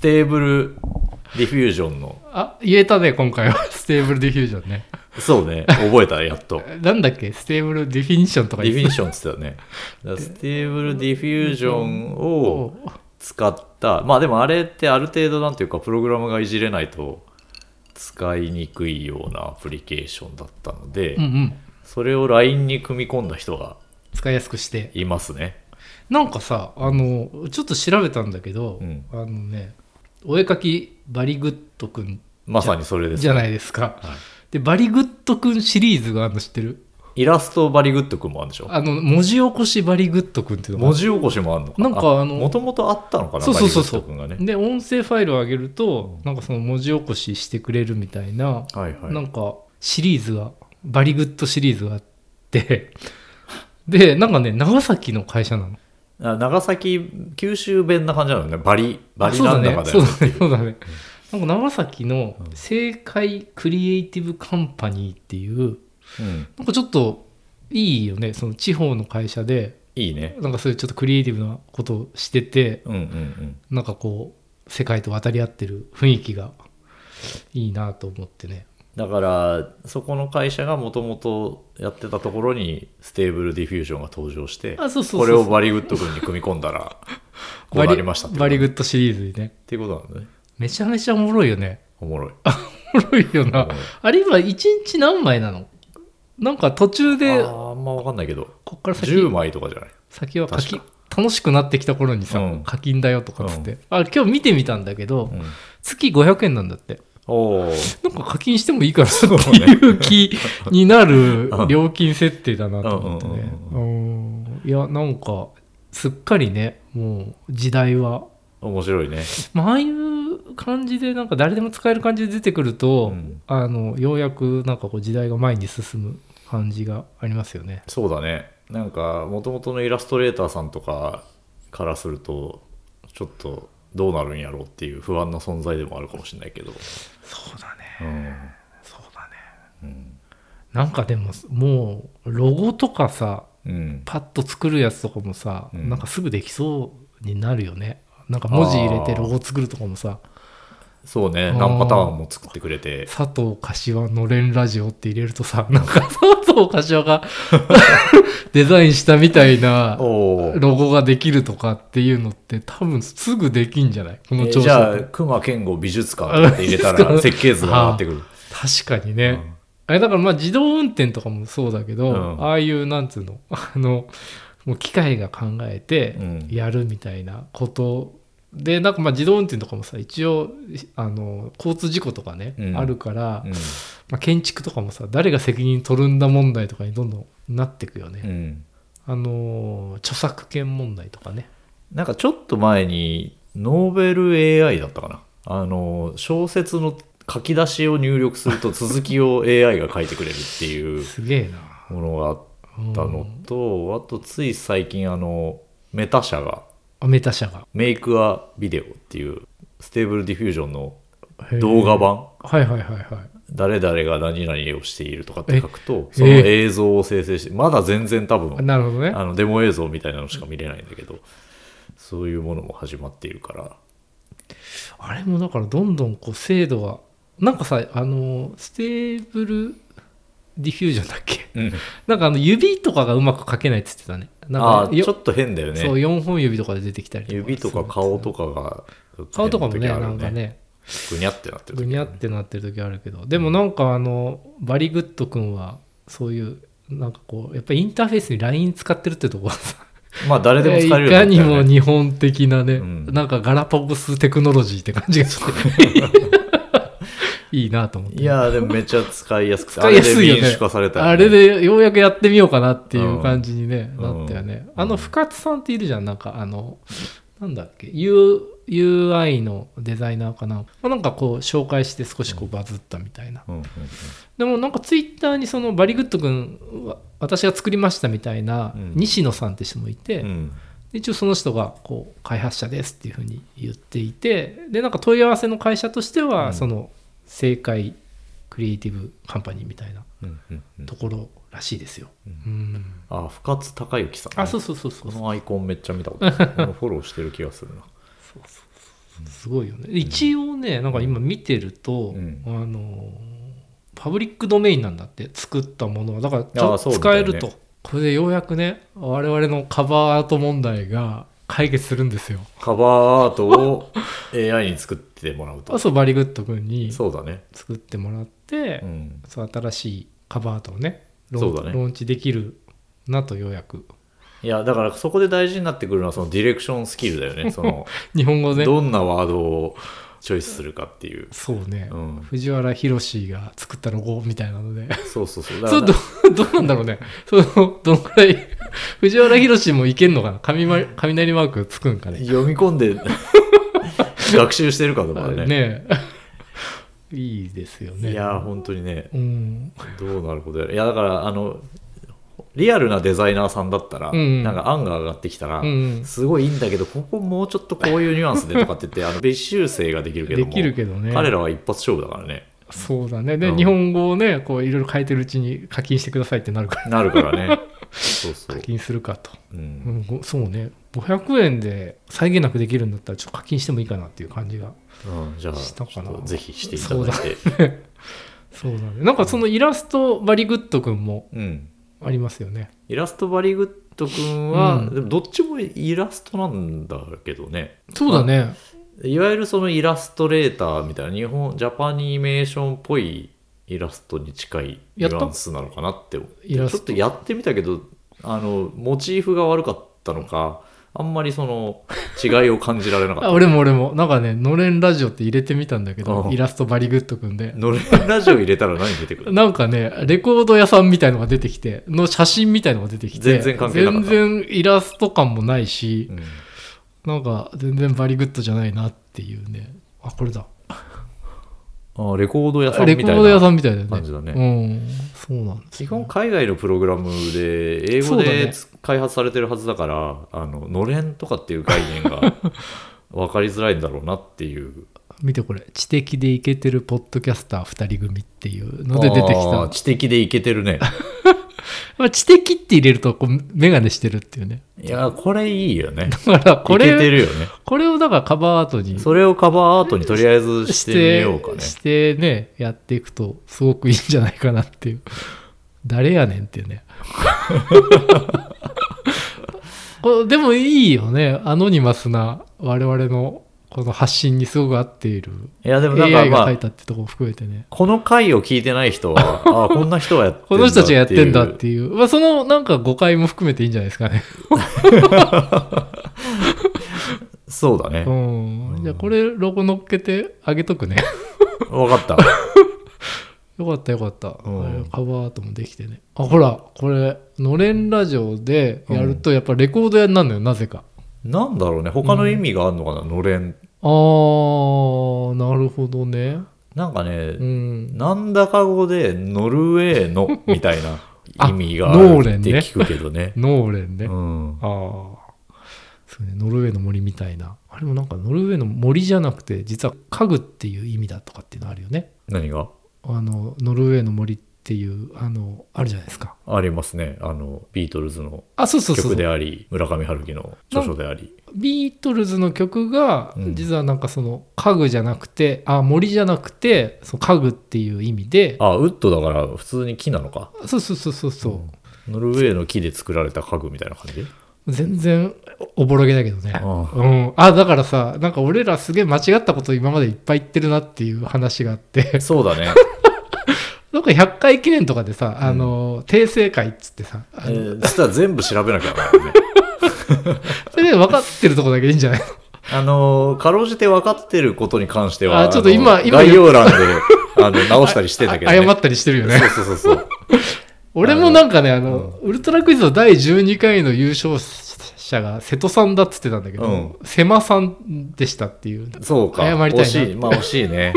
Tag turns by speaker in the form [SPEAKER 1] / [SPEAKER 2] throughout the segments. [SPEAKER 1] テーブルディフュージョンの。
[SPEAKER 2] あ、言えたね、今回は。 ステーブルディフュージョンね。
[SPEAKER 1] そうね、覚えた、やっ と。
[SPEAKER 2] なんだっけステーブルディフィニッションとか
[SPEAKER 1] ディフィニッ
[SPEAKER 2] シ
[SPEAKER 1] ションっつってたね。だからステーブルディフュージョンを使った。まあでもあれってある程度なんていうか、プログラムがいじれないと使いにくいようなアプリケーションだったので、
[SPEAKER 2] うんうん。
[SPEAKER 1] それを LINE に組み込んだ人が
[SPEAKER 2] 使いやすくして。
[SPEAKER 1] いますね。
[SPEAKER 2] なんかさ、あの、ちょっと調べたんだけど、
[SPEAKER 1] うん
[SPEAKER 2] あのね、お絵かきバリグッドくん
[SPEAKER 1] まさにそれです。
[SPEAKER 2] じゃないですか。
[SPEAKER 1] はい
[SPEAKER 2] で、バリグッドくんシリーズがあるの知ってる
[SPEAKER 1] イラストバリグッドくんもあるんでしょ
[SPEAKER 2] あの、文字起こしバリグッドくんっていうのがあ
[SPEAKER 1] 文
[SPEAKER 2] る
[SPEAKER 1] 字起こしもあるのか
[SPEAKER 2] なんかあの
[SPEAKER 1] もともとあったのかな
[SPEAKER 2] そうそうそうそう
[SPEAKER 1] バリグッドくんがね。
[SPEAKER 2] で、音声ファイルを上げると
[SPEAKER 1] う、ん
[SPEAKER 2] なんかその文字起こししてくれるみたいな、
[SPEAKER 1] はいはい。
[SPEAKER 2] なんかシリーズが、バリグッドシリーズが あって、で、なんかね、長崎の会社なの。
[SPEAKER 1] あ長崎九州弁な感じなのねバリバリ
[SPEAKER 2] あ
[SPEAKER 1] なんだかだ
[SPEAKER 2] そ
[SPEAKER 1] よ
[SPEAKER 2] う
[SPEAKER 1] ね
[SPEAKER 2] だね、そうだね。そうだねなんか長崎の政界クリエイティブカンパニーっていう、
[SPEAKER 1] うん
[SPEAKER 2] なんかちょっといいよね、その地方の会社で、
[SPEAKER 1] いいね
[SPEAKER 2] なんかそういうちょっとクリエイティブなことをしてて、
[SPEAKER 1] うんうんうん
[SPEAKER 2] なんかこう、世界と渡り合ってる雰囲気がいいなと思ってね。
[SPEAKER 1] だからそこの会社がもともとやってたところにステーブルディフュージョンが登場して
[SPEAKER 2] あそうそうそうそう
[SPEAKER 1] これをバリグッド君に組み込ん だらこうなりましたってこと
[SPEAKER 2] バリバリグッドシリーズにね。
[SPEAKER 1] っていうことなんだね
[SPEAKER 2] めちゃめちゃおもろいよね。
[SPEAKER 1] おもろい
[SPEAKER 2] おもろいよな
[SPEAKER 1] おもろい。
[SPEAKER 2] あれ今1日何枚なのなんか途中
[SPEAKER 1] あ
[SPEAKER 2] で、
[SPEAKER 1] ーあんま分かんないけど
[SPEAKER 2] こっから先
[SPEAKER 1] 10枚とかじゃない
[SPEAKER 2] 先は課金
[SPEAKER 1] 確
[SPEAKER 2] 楽しくなってきた頃にさ、
[SPEAKER 1] うん
[SPEAKER 2] 課金だよとかっつって、あ今日見てみたんだけど、
[SPEAKER 1] うん
[SPEAKER 2] 月500円なんだって
[SPEAKER 1] おお
[SPEAKER 2] なんか課金してもいいかなってい う気になる
[SPEAKER 1] うん
[SPEAKER 2] 料金設定だなと思ってね
[SPEAKER 1] う
[SPEAKER 2] うんいやなんかすっかりねもう時代は、
[SPEAKER 1] 面白いね
[SPEAKER 2] まあああいう感じでなんか誰でも使える感じで出てくると、
[SPEAKER 1] うん
[SPEAKER 2] あのようやくなんかこう時代が前に進む感じがありますよね
[SPEAKER 1] そうだねなんかもともとのイラストレーターさんとかからするとちょっとどうなるんやろうっていう不安な存在でもあるかもしれないけど、
[SPEAKER 2] そうだね
[SPEAKER 1] うん
[SPEAKER 2] そうだね
[SPEAKER 1] うん
[SPEAKER 2] なんかでももうロゴとかさ
[SPEAKER 1] うん、
[SPEAKER 2] パッと作るやつとかもさ、
[SPEAKER 1] うん
[SPEAKER 2] なんかすぐできそうになるよねなんか文字入れてロゴ作るとかもさ
[SPEAKER 1] そうね
[SPEAKER 2] あー
[SPEAKER 1] 何パターンも作ってくれ
[SPEAKER 2] 「
[SPEAKER 1] て
[SPEAKER 2] 佐藤柏のれんラジオ」って入れるとさなんか佐藤柏が デザインしたみたい な
[SPEAKER 1] おお、
[SPEAKER 2] ロゴができるとかっていうのって多分すぐできんじゃないこ
[SPEAKER 1] え
[SPEAKER 2] の
[SPEAKER 1] ー
[SPEAKER 2] 調
[SPEAKER 1] じゃあ
[SPEAKER 2] 査
[SPEAKER 1] 熊健吾美術館って入れ たら設計図が上がってくる、
[SPEAKER 2] 確かにね、
[SPEAKER 1] うん
[SPEAKER 2] あれだからまあ自動運転とかもそうだけど、
[SPEAKER 1] うん
[SPEAKER 2] ああいうなんつうの あのもう機械が考えて
[SPEAKER 1] うん
[SPEAKER 2] やるみたいなこと、でなんかまあ自動運転とかもさ一応あの交通事故とかね、
[SPEAKER 1] うん
[SPEAKER 2] あるから、
[SPEAKER 1] うん
[SPEAKER 2] まあ、建築とかもさ誰が責任取るんだ問題とかにどんどんなっていくよね、
[SPEAKER 1] うん、
[SPEAKER 2] あの著作権問題とかね
[SPEAKER 1] なんかちょっと前にノーベル AI だったかなあの小説の書き出しを入力する と続きを AI が書いてくれるっていう
[SPEAKER 2] すげえな、
[SPEAKER 1] ものがあっ
[SPEAKER 2] うん
[SPEAKER 1] たのと、あとつい最近あのメタ社が
[SPEAKER 2] あメタ社が
[SPEAKER 1] メイクアビデオっていうステーブルディフュージョンの動画
[SPEAKER 2] 版
[SPEAKER 1] 版
[SPEAKER 2] はいはいはいはい
[SPEAKER 1] 誰々が何々をしているとかって書くと
[SPEAKER 2] え
[SPEAKER 1] その映像を生成してまだ全然多
[SPEAKER 2] あ
[SPEAKER 1] 分
[SPEAKER 2] なるほどね
[SPEAKER 1] あのデモ映像みたいなのしか見れないんだけどそういうものも始まっているから
[SPEAKER 2] あれもだからどんどんこう精度がなんかさあのステーブルディフュージョンだっけ
[SPEAKER 1] うん
[SPEAKER 2] なんかあの指とかがうまく書けないっつってたねなん
[SPEAKER 1] あ
[SPEAKER 2] か
[SPEAKER 1] あ
[SPEAKER 2] よ
[SPEAKER 1] ちょっと変だよ
[SPEAKER 2] そう
[SPEAKER 1] ね
[SPEAKER 2] 4本指とかで出てきたり
[SPEAKER 1] 指とか顔とかが
[SPEAKER 2] 顔とかも
[SPEAKER 1] 変
[SPEAKER 2] ね
[SPEAKER 1] な時ある
[SPEAKER 2] なんかね
[SPEAKER 1] ぐにゃってなってる
[SPEAKER 2] ぐ
[SPEAKER 1] 時
[SPEAKER 2] にゃってなってる時あるけどでもなんかあのバリグッド君はそういうなんかこうやっぱりインターフェースに LINE 使ってるってとこがさ
[SPEAKER 1] まあ誰でも使えるよう
[SPEAKER 2] い
[SPEAKER 1] にな
[SPEAKER 2] か
[SPEAKER 1] ったよね
[SPEAKER 2] にも 日本的なね、
[SPEAKER 1] うん
[SPEAKER 2] なんかガラパゴステクノロジーって感じがしていいなと思って
[SPEAKER 1] いやーでもめっちゃ使いやすくて、
[SPEAKER 2] 使いやすいよね
[SPEAKER 1] あれで民主化されたよね
[SPEAKER 2] あれでようやくやってみようかなっていう感じに、ね
[SPEAKER 1] うん
[SPEAKER 2] なったよね。
[SPEAKER 1] うん
[SPEAKER 2] あの深津さんっているじゃんなんかあのなんだっけ U UI のデザイナーかな、まあ、なんかこう紹介して少しこうバズったみたいな、
[SPEAKER 1] うんうん
[SPEAKER 2] でもなんかツイッターにそのバリグッド君は私が作りましたみたいな
[SPEAKER 1] うん
[SPEAKER 2] 西野さんって人もいて、
[SPEAKER 1] うんうん
[SPEAKER 2] 一応その人がこう開発者ですっていうふうに言っていてでなんか問い合わせの会社としては、
[SPEAKER 1] うん
[SPEAKER 2] その正解クリエイティブカンパニーみたいな
[SPEAKER 1] うんうんうん
[SPEAKER 2] ところらしいですよ。
[SPEAKER 1] うん
[SPEAKER 2] うん
[SPEAKER 1] あ深津貴之さんね、
[SPEAKER 2] あそうそうそうそう
[SPEAKER 1] こ
[SPEAKER 2] そう
[SPEAKER 1] のアイコンめっちゃ見たことあるこのフォローしてる気がするな
[SPEAKER 2] そうそうすごいよね。一応ね、なんか今見てると、
[SPEAKER 1] うん
[SPEAKER 2] あのーパブリックドメインなんだって作ったものはだからちょ
[SPEAKER 1] あーそうみ
[SPEAKER 2] 使
[SPEAKER 1] た
[SPEAKER 2] え
[SPEAKER 1] いね
[SPEAKER 2] ると、これでようやくね我々のカバーアート問題が解決するんですよ。
[SPEAKER 1] カバーアートを AI に作ってもらう
[SPEAKER 2] あ
[SPEAKER 1] と
[SPEAKER 2] そうバリグッド君に
[SPEAKER 1] そうだね
[SPEAKER 2] 作ってもらって、
[SPEAKER 1] うん
[SPEAKER 2] そう新しいカバーアートをねロー
[SPEAKER 1] そ
[SPEAKER 2] ン
[SPEAKER 1] うだね
[SPEAKER 2] ローンチできるなとようやく
[SPEAKER 1] いやだからそこで大事になってくるのはそのディレクションスキルだよねそ の
[SPEAKER 2] 日本語ね
[SPEAKER 1] どんなワードをチョイスするかっていう、
[SPEAKER 2] そうね、
[SPEAKER 1] うん、
[SPEAKER 2] 藤原宏が作ったロゴみたいなので
[SPEAKER 1] そうそうそうだか
[SPEAKER 2] そ
[SPEAKER 1] ら
[SPEAKER 2] うどどうなんだろうねそのどのくらい藤原宏もいけんのかな雷マ雷マークつくんかね
[SPEAKER 1] 読み込ん で学習してるかとかね
[SPEAKER 2] ね えいいですよね
[SPEAKER 1] いや本当にね
[SPEAKER 2] うん
[SPEAKER 1] どうなることやらいやだからあのリアルなデザイナーさんだったら、
[SPEAKER 2] うんうん
[SPEAKER 1] なんか案が上がってきたら、
[SPEAKER 2] うん
[SPEAKER 1] すごいいいんだけどここもうちょっとこういうニュアンスでとかって言ってあの微修正ができるけど
[SPEAKER 2] で
[SPEAKER 1] も
[SPEAKER 2] きるけどね
[SPEAKER 1] 彼らは一発勝負だからね
[SPEAKER 2] そうだねで、
[SPEAKER 1] うん
[SPEAKER 2] 日本語をねこういろいろ変えてるうちに課金してくださいってなるから
[SPEAKER 1] なるから ねそうそ
[SPEAKER 2] 課
[SPEAKER 1] う、
[SPEAKER 2] 金するかと、
[SPEAKER 1] う、
[SPEAKER 2] うんん、ごそうね500円で際限なくできるんだったらちょっと課金してもいいかなっていう感じが
[SPEAKER 1] うんじゃあ
[SPEAKER 2] したかな
[SPEAKER 1] ちょっとぜひしていただいて
[SPEAKER 2] そうだねなんかそのイラストバリグッドくんも
[SPEAKER 1] うん
[SPEAKER 2] ありますよね
[SPEAKER 1] イラストバリグッド君は、
[SPEAKER 2] うん
[SPEAKER 1] でもどっちもイラストなんだけどね
[SPEAKER 2] そうだね
[SPEAKER 1] いわゆるそのイラストレーターみたいな日本ジャパニメーションっぽいイラストに近いニ
[SPEAKER 2] やった
[SPEAKER 1] ュアンスなのかなって思って
[SPEAKER 2] イ
[SPEAKER 1] ちょ
[SPEAKER 2] ラ
[SPEAKER 1] っ
[SPEAKER 2] スト
[SPEAKER 1] とやってみたけどあのモチーフが悪かったのかあんまりその違いを感じられなか
[SPEAKER 2] あ
[SPEAKER 1] っ
[SPEAKER 2] 俺も俺もなんかね「のれんラジオ」って入れてみたんだけど
[SPEAKER 1] うん
[SPEAKER 2] イラストバリグッドくん で
[SPEAKER 1] たのれんラジオ入れたら何出てく る
[SPEAKER 2] なんかねレコード屋さんみたいのが出てきての写真みたいのが出てきて
[SPEAKER 1] 全然関係なかった
[SPEAKER 2] 全然イラスト感もないし
[SPEAKER 1] う、ん
[SPEAKER 2] なんか全然バリグッドじゃないなっていうねあこれだ
[SPEAKER 1] あレコード屋さんみた
[SPEAKER 2] レコ
[SPEAKER 1] いな
[SPEAKER 2] ード屋さんみたいだよね
[SPEAKER 1] 感じだね
[SPEAKER 2] うんそうなん
[SPEAKER 1] 基本海外のプログラムで英
[SPEAKER 2] そう
[SPEAKER 1] 語
[SPEAKER 2] だ
[SPEAKER 1] で
[SPEAKER 2] ね
[SPEAKER 1] つ開発されてるはずだからあののれんとかっていう概念 が分かりづらいんだろうなっていう
[SPEAKER 2] 見てこれ「知的でイケてるポッドキャスター2人組」っていうので出てき
[SPEAKER 1] あー
[SPEAKER 2] た
[SPEAKER 1] 知的でいけてるね
[SPEAKER 2] まあ、知的って入れるとこうメガネしてるっていうね
[SPEAKER 1] いやこれいいよね
[SPEAKER 2] だから こ
[SPEAKER 1] いけて
[SPEAKER 2] れ
[SPEAKER 1] るよね
[SPEAKER 2] これをだからカバーアートに
[SPEAKER 1] それをカバーアートにとりあえずし
[SPEAKER 2] してて
[SPEAKER 1] みようかね
[SPEAKER 2] してねやっていくとすごくいいんじゃないかなっていう 誰やねんっていうね これでもいいよねアノニマスな我々のこの発信にすごく合っている
[SPEAKER 1] いやでもなんか
[SPEAKER 2] AI が
[SPEAKER 1] ま
[SPEAKER 2] 書
[SPEAKER 1] あ
[SPEAKER 2] いたってとこも含めてね
[SPEAKER 1] この回を聞いてない人はああこんな人がやってんだ
[SPEAKER 2] この人たちがやってんだっ
[SPEAKER 1] って
[SPEAKER 2] ていう、まあ、そのなんか誤解も含めていいんじゃないですかね。
[SPEAKER 1] いうそうだね
[SPEAKER 2] うん。じゃあこれロゴ乗っけてあげと くね。
[SPEAKER 1] 分かった
[SPEAKER 2] よかったよかった。
[SPEAKER 1] うん
[SPEAKER 2] あれカバーアートもできてね。あ、ほら、これ、のれんラジオでやると、やっぱレコード屋になるのよ、なぜか。
[SPEAKER 1] なんだろうね他の意味があるのかな、のれん
[SPEAKER 2] あー、なるほどね。
[SPEAKER 1] なんかね
[SPEAKER 2] うん。
[SPEAKER 1] なんだか語でノルウェーのみたいな
[SPEAKER 2] あ
[SPEAKER 1] 意味がある
[SPEAKER 2] ノーレ
[SPEAKER 1] っ
[SPEAKER 2] ン
[SPEAKER 1] て
[SPEAKER 2] ね
[SPEAKER 1] 聞くけどね。
[SPEAKER 2] のれんね。
[SPEAKER 1] う
[SPEAKER 2] あ
[SPEAKER 1] ん、
[SPEAKER 2] ー。そうね、ノルウェーの森みたいな。あれもなんかノルウェーの森じゃなくて、実は家具っていう意味だとかっていうのあるよね。
[SPEAKER 1] 何が
[SPEAKER 2] あの、ノルウェーの森っていう、あの、あるじゃないですか。
[SPEAKER 1] ありますねあのビートルズの
[SPEAKER 2] あ、そうそうそうそう
[SPEAKER 1] 曲であり村上春樹の著書であり
[SPEAKER 2] ビートルズの曲が
[SPEAKER 1] うん
[SPEAKER 2] 実はなんかその家具じゃなくて、あ森じゃなくてその家具っていう意味で
[SPEAKER 1] あウッドだから普通に木なのか
[SPEAKER 2] そうそうそうそうそ
[SPEAKER 1] ノルウェーの木で作られた家具みたいな感じ
[SPEAKER 2] う全然おおぼろげだけどね
[SPEAKER 1] ああ
[SPEAKER 2] うん、あだからさなんか俺らすげえ間違ったこと今までいっぱい言ってるなっていう話があって
[SPEAKER 1] そうだね、
[SPEAKER 2] なんか100回記念とかでさ、あの訂正会っつってさあ
[SPEAKER 1] え
[SPEAKER 2] の
[SPEAKER 1] ー実は全部調べなきゃならないね
[SPEAKER 2] それで分かってるとこだけでいいんじゃない
[SPEAKER 1] あのかろうじて分かってることに関しては
[SPEAKER 2] あちょっと今
[SPEAKER 1] あの
[SPEAKER 2] 今
[SPEAKER 1] 概要欄であの直したりしてんだけど、ね、
[SPEAKER 2] 謝ったりしてるよね
[SPEAKER 1] そうそうそうそう
[SPEAKER 2] 俺もなんかね、あの、ウルトラクイズの第12回の優勝者が瀬戸さんだっつってたんだけど、
[SPEAKER 1] うん
[SPEAKER 2] 瀬間さんでしたっていう。
[SPEAKER 1] そうか。
[SPEAKER 2] 謝りた
[SPEAKER 1] 惜
[SPEAKER 2] いな
[SPEAKER 1] しい。まあ惜しい ね。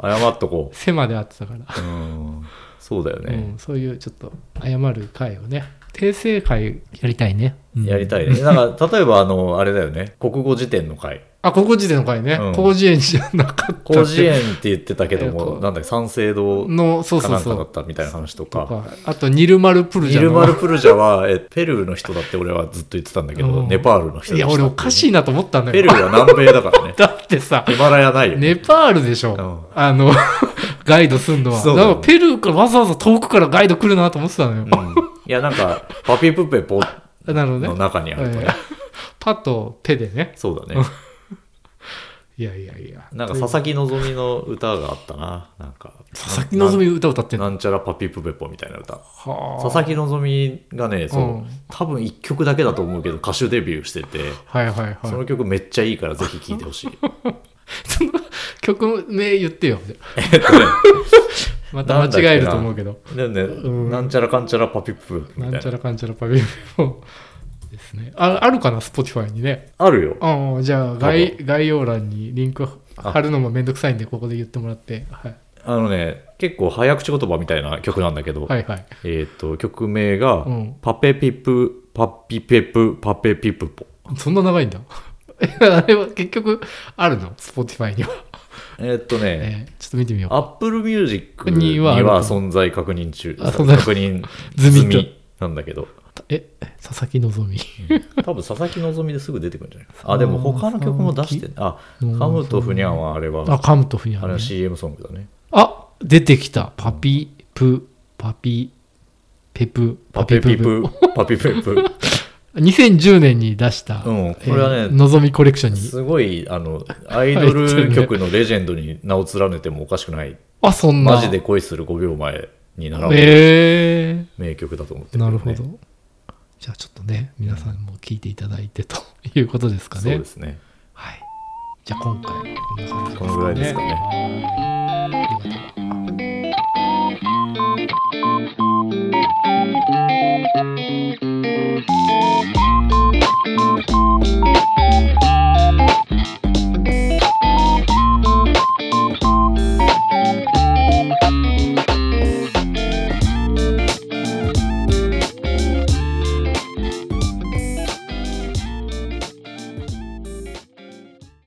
[SPEAKER 1] 謝っとこ
[SPEAKER 2] 瀬間であってたから。
[SPEAKER 1] う。うん。そうだよ
[SPEAKER 2] う
[SPEAKER 1] ね。
[SPEAKER 2] ん、そういうちょっと謝る回をね。訂正会やりたいね。
[SPEAKER 1] やりたいね。なんか、例えば、あの、あれだよね。国語辞典の回。
[SPEAKER 2] あ、高校時代の回ね
[SPEAKER 1] うん。
[SPEAKER 2] 高次元じゃなかった。
[SPEAKER 1] 広辞苑って言ってたけど
[SPEAKER 2] えーこ
[SPEAKER 1] も、
[SPEAKER 2] う
[SPEAKER 1] なんだっけ、三省堂か
[SPEAKER 2] の、そうそ
[SPEAKER 1] な
[SPEAKER 2] うんそ
[SPEAKER 1] かだ
[SPEAKER 2] う。
[SPEAKER 1] ったみたいな話と
[SPEAKER 2] と
[SPEAKER 1] か。
[SPEAKER 2] か、あと、ニルマルプル
[SPEAKER 1] ニ
[SPEAKER 2] ジャの
[SPEAKER 1] ルマルプルジャは、えペルーの人だって俺はずっと言ってたんだけど、
[SPEAKER 2] うん
[SPEAKER 1] ネパールの人
[SPEAKER 2] い
[SPEAKER 1] でしたって
[SPEAKER 2] や、
[SPEAKER 1] うね
[SPEAKER 2] 俺おかしいなと思ったんだ
[SPEAKER 1] ペ
[SPEAKER 2] よ
[SPEAKER 1] ル。ーは南米だからね
[SPEAKER 2] 。だってさ、
[SPEAKER 1] ヒマラヤないよ。
[SPEAKER 2] ネパールでしょ。
[SPEAKER 1] う
[SPEAKER 2] あの、 ガイドすんのは。
[SPEAKER 1] そ
[SPEAKER 2] だ
[SPEAKER 1] う
[SPEAKER 2] か
[SPEAKER 1] だよ
[SPEAKER 2] らペルーからわざわざ遠くからガイド来るなと思ってたのよ。
[SPEAKER 1] うん、いや、なんか、パピプペポ
[SPEAKER 2] なるほどね
[SPEAKER 1] の。中にあるとね
[SPEAKER 2] えーパとペでね。
[SPEAKER 1] そうだね。
[SPEAKER 2] いやいやいや。
[SPEAKER 1] なんか、佐々木希の歌があったな。なんか、
[SPEAKER 2] 佐々木希歌歌ってんの
[SPEAKER 1] なんちゃらパピプペポみたいな歌。
[SPEAKER 2] はあ
[SPEAKER 1] 佐々木希がね、そう、
[SPEAKER 2] うん
[SPEAKER 1] 多分1曲だけだと思うけど、歌手デビューしてて、
[SPEAKER 2] はいはいはい。
[SPEAKER 1] その曲めっちゃいいからぜひ聴いてほしい。
[SPEAKER 2] その曲名言ってよ。 また
[SPEAKER 1] なんだっけな
[SPEAKER 2] 間違えると思うけど。
[SPEAKER 1] でもね、
[SPEAKER 2] うん
[SPEAKER 1] なんちゃらかんちゃらパピプペポみ
[SPEAKER 2] なん
[SPEAKER 1] たい
[SPEAKER 2] ちゃ
[SPEAKER 1] な。
[SPEAKER 2] らかんちゃらパビリオンですね。ああるかな、Spotify にね。
[SPEAKER 1] あるよ。
[SPEAKER 2] ああじゃあ概、概要欄にリンク
[SPEAKER 1] あ
[SPEAKER 2] 貼るのもめんどくさいんで、ここで言ってもらって。はい
[SPEAKER 1] あのね、結構早口言葉みたいな曲なんだけど、
[SPEAKER 2] はい。はい、
[SPEAKER 1] えっ、と、曲名が、
[SPEAKER 2] うん
[SPEAKER 1] パペピプ、パピペプ、パペピプポ。
[SPEAKER 2] そんな長いんだ。 あれは結局あるの ?Spotify には、
[SPEAKER 1] えっ、とね、
[SPEAKER 2] えーちょっと見てみよう。
[SPEAKER 1] Apple Music に
[SPEAKER 2] にはあると
[SPEAKER 1] は存在確認中、
[SPEAKER 2] あ存在
[SPEAKER 1] 確認
[SPEAKER 2] 済み
[SPEAKER 1] 済みなんだけど、
[SPEAKER 2] え、佐々木希。
[SPEAKER 1] 多分佐々木希ですぐ出てくるんじゃないあ、でも他の曲も出して、あ、
[SPEAKER 2] 木
[SPEAKER 1] ハムとフニャンはあれ
[SPEAKER 2] あ、
[SPEAKER 1] は、
[SPEAKER 2] カムトフにあ
[SPEAKER 1] あ
[SPEAKER 2] る、
[SPEAKER 1] れ
[SPEAKER 2] ね
[SPEAKER 1] は。CM ソングだね。
[SPEAKER 2] あ、出てきた。パピプ、パピ、ペプ、
[SPEAKER 1] パペピプ、
[SPEAKER 2] プ
[SPEAKER 1] パピペプ。
[SPEAKER 2] 2010年に出した、
[SPEAKER 1] うんこれはね
[SPEAKER 2] えーのぞみコレクションに。
[SPEAKER 1] すごい、あの、アイドル曲のレジェンドに名を連ねてもおかしくない、
[SPEAKER 2] あ、そんな。
[SPEAKER 1] マジで恋する5秒前に並ぶ
[SPEAKER 2] え
[SPEAKER 1] 名曲だと思ってけ
[SPEAKER 2] ー、な
[SPEAKER 1] ね
[SPEAKER 2] るほど。じゃあちょっとね、皆さんも聞いていただいてということですか
[SPEAKER 1] そう
[SPEAKER 2] ね
[SPEAKER 1] で。すね。
[SPEAKER 2] はい。じゃあ今回はこんな感じですかね。
[SPEAKER 1] このぐらいですかね
[SPEAKER 2] はい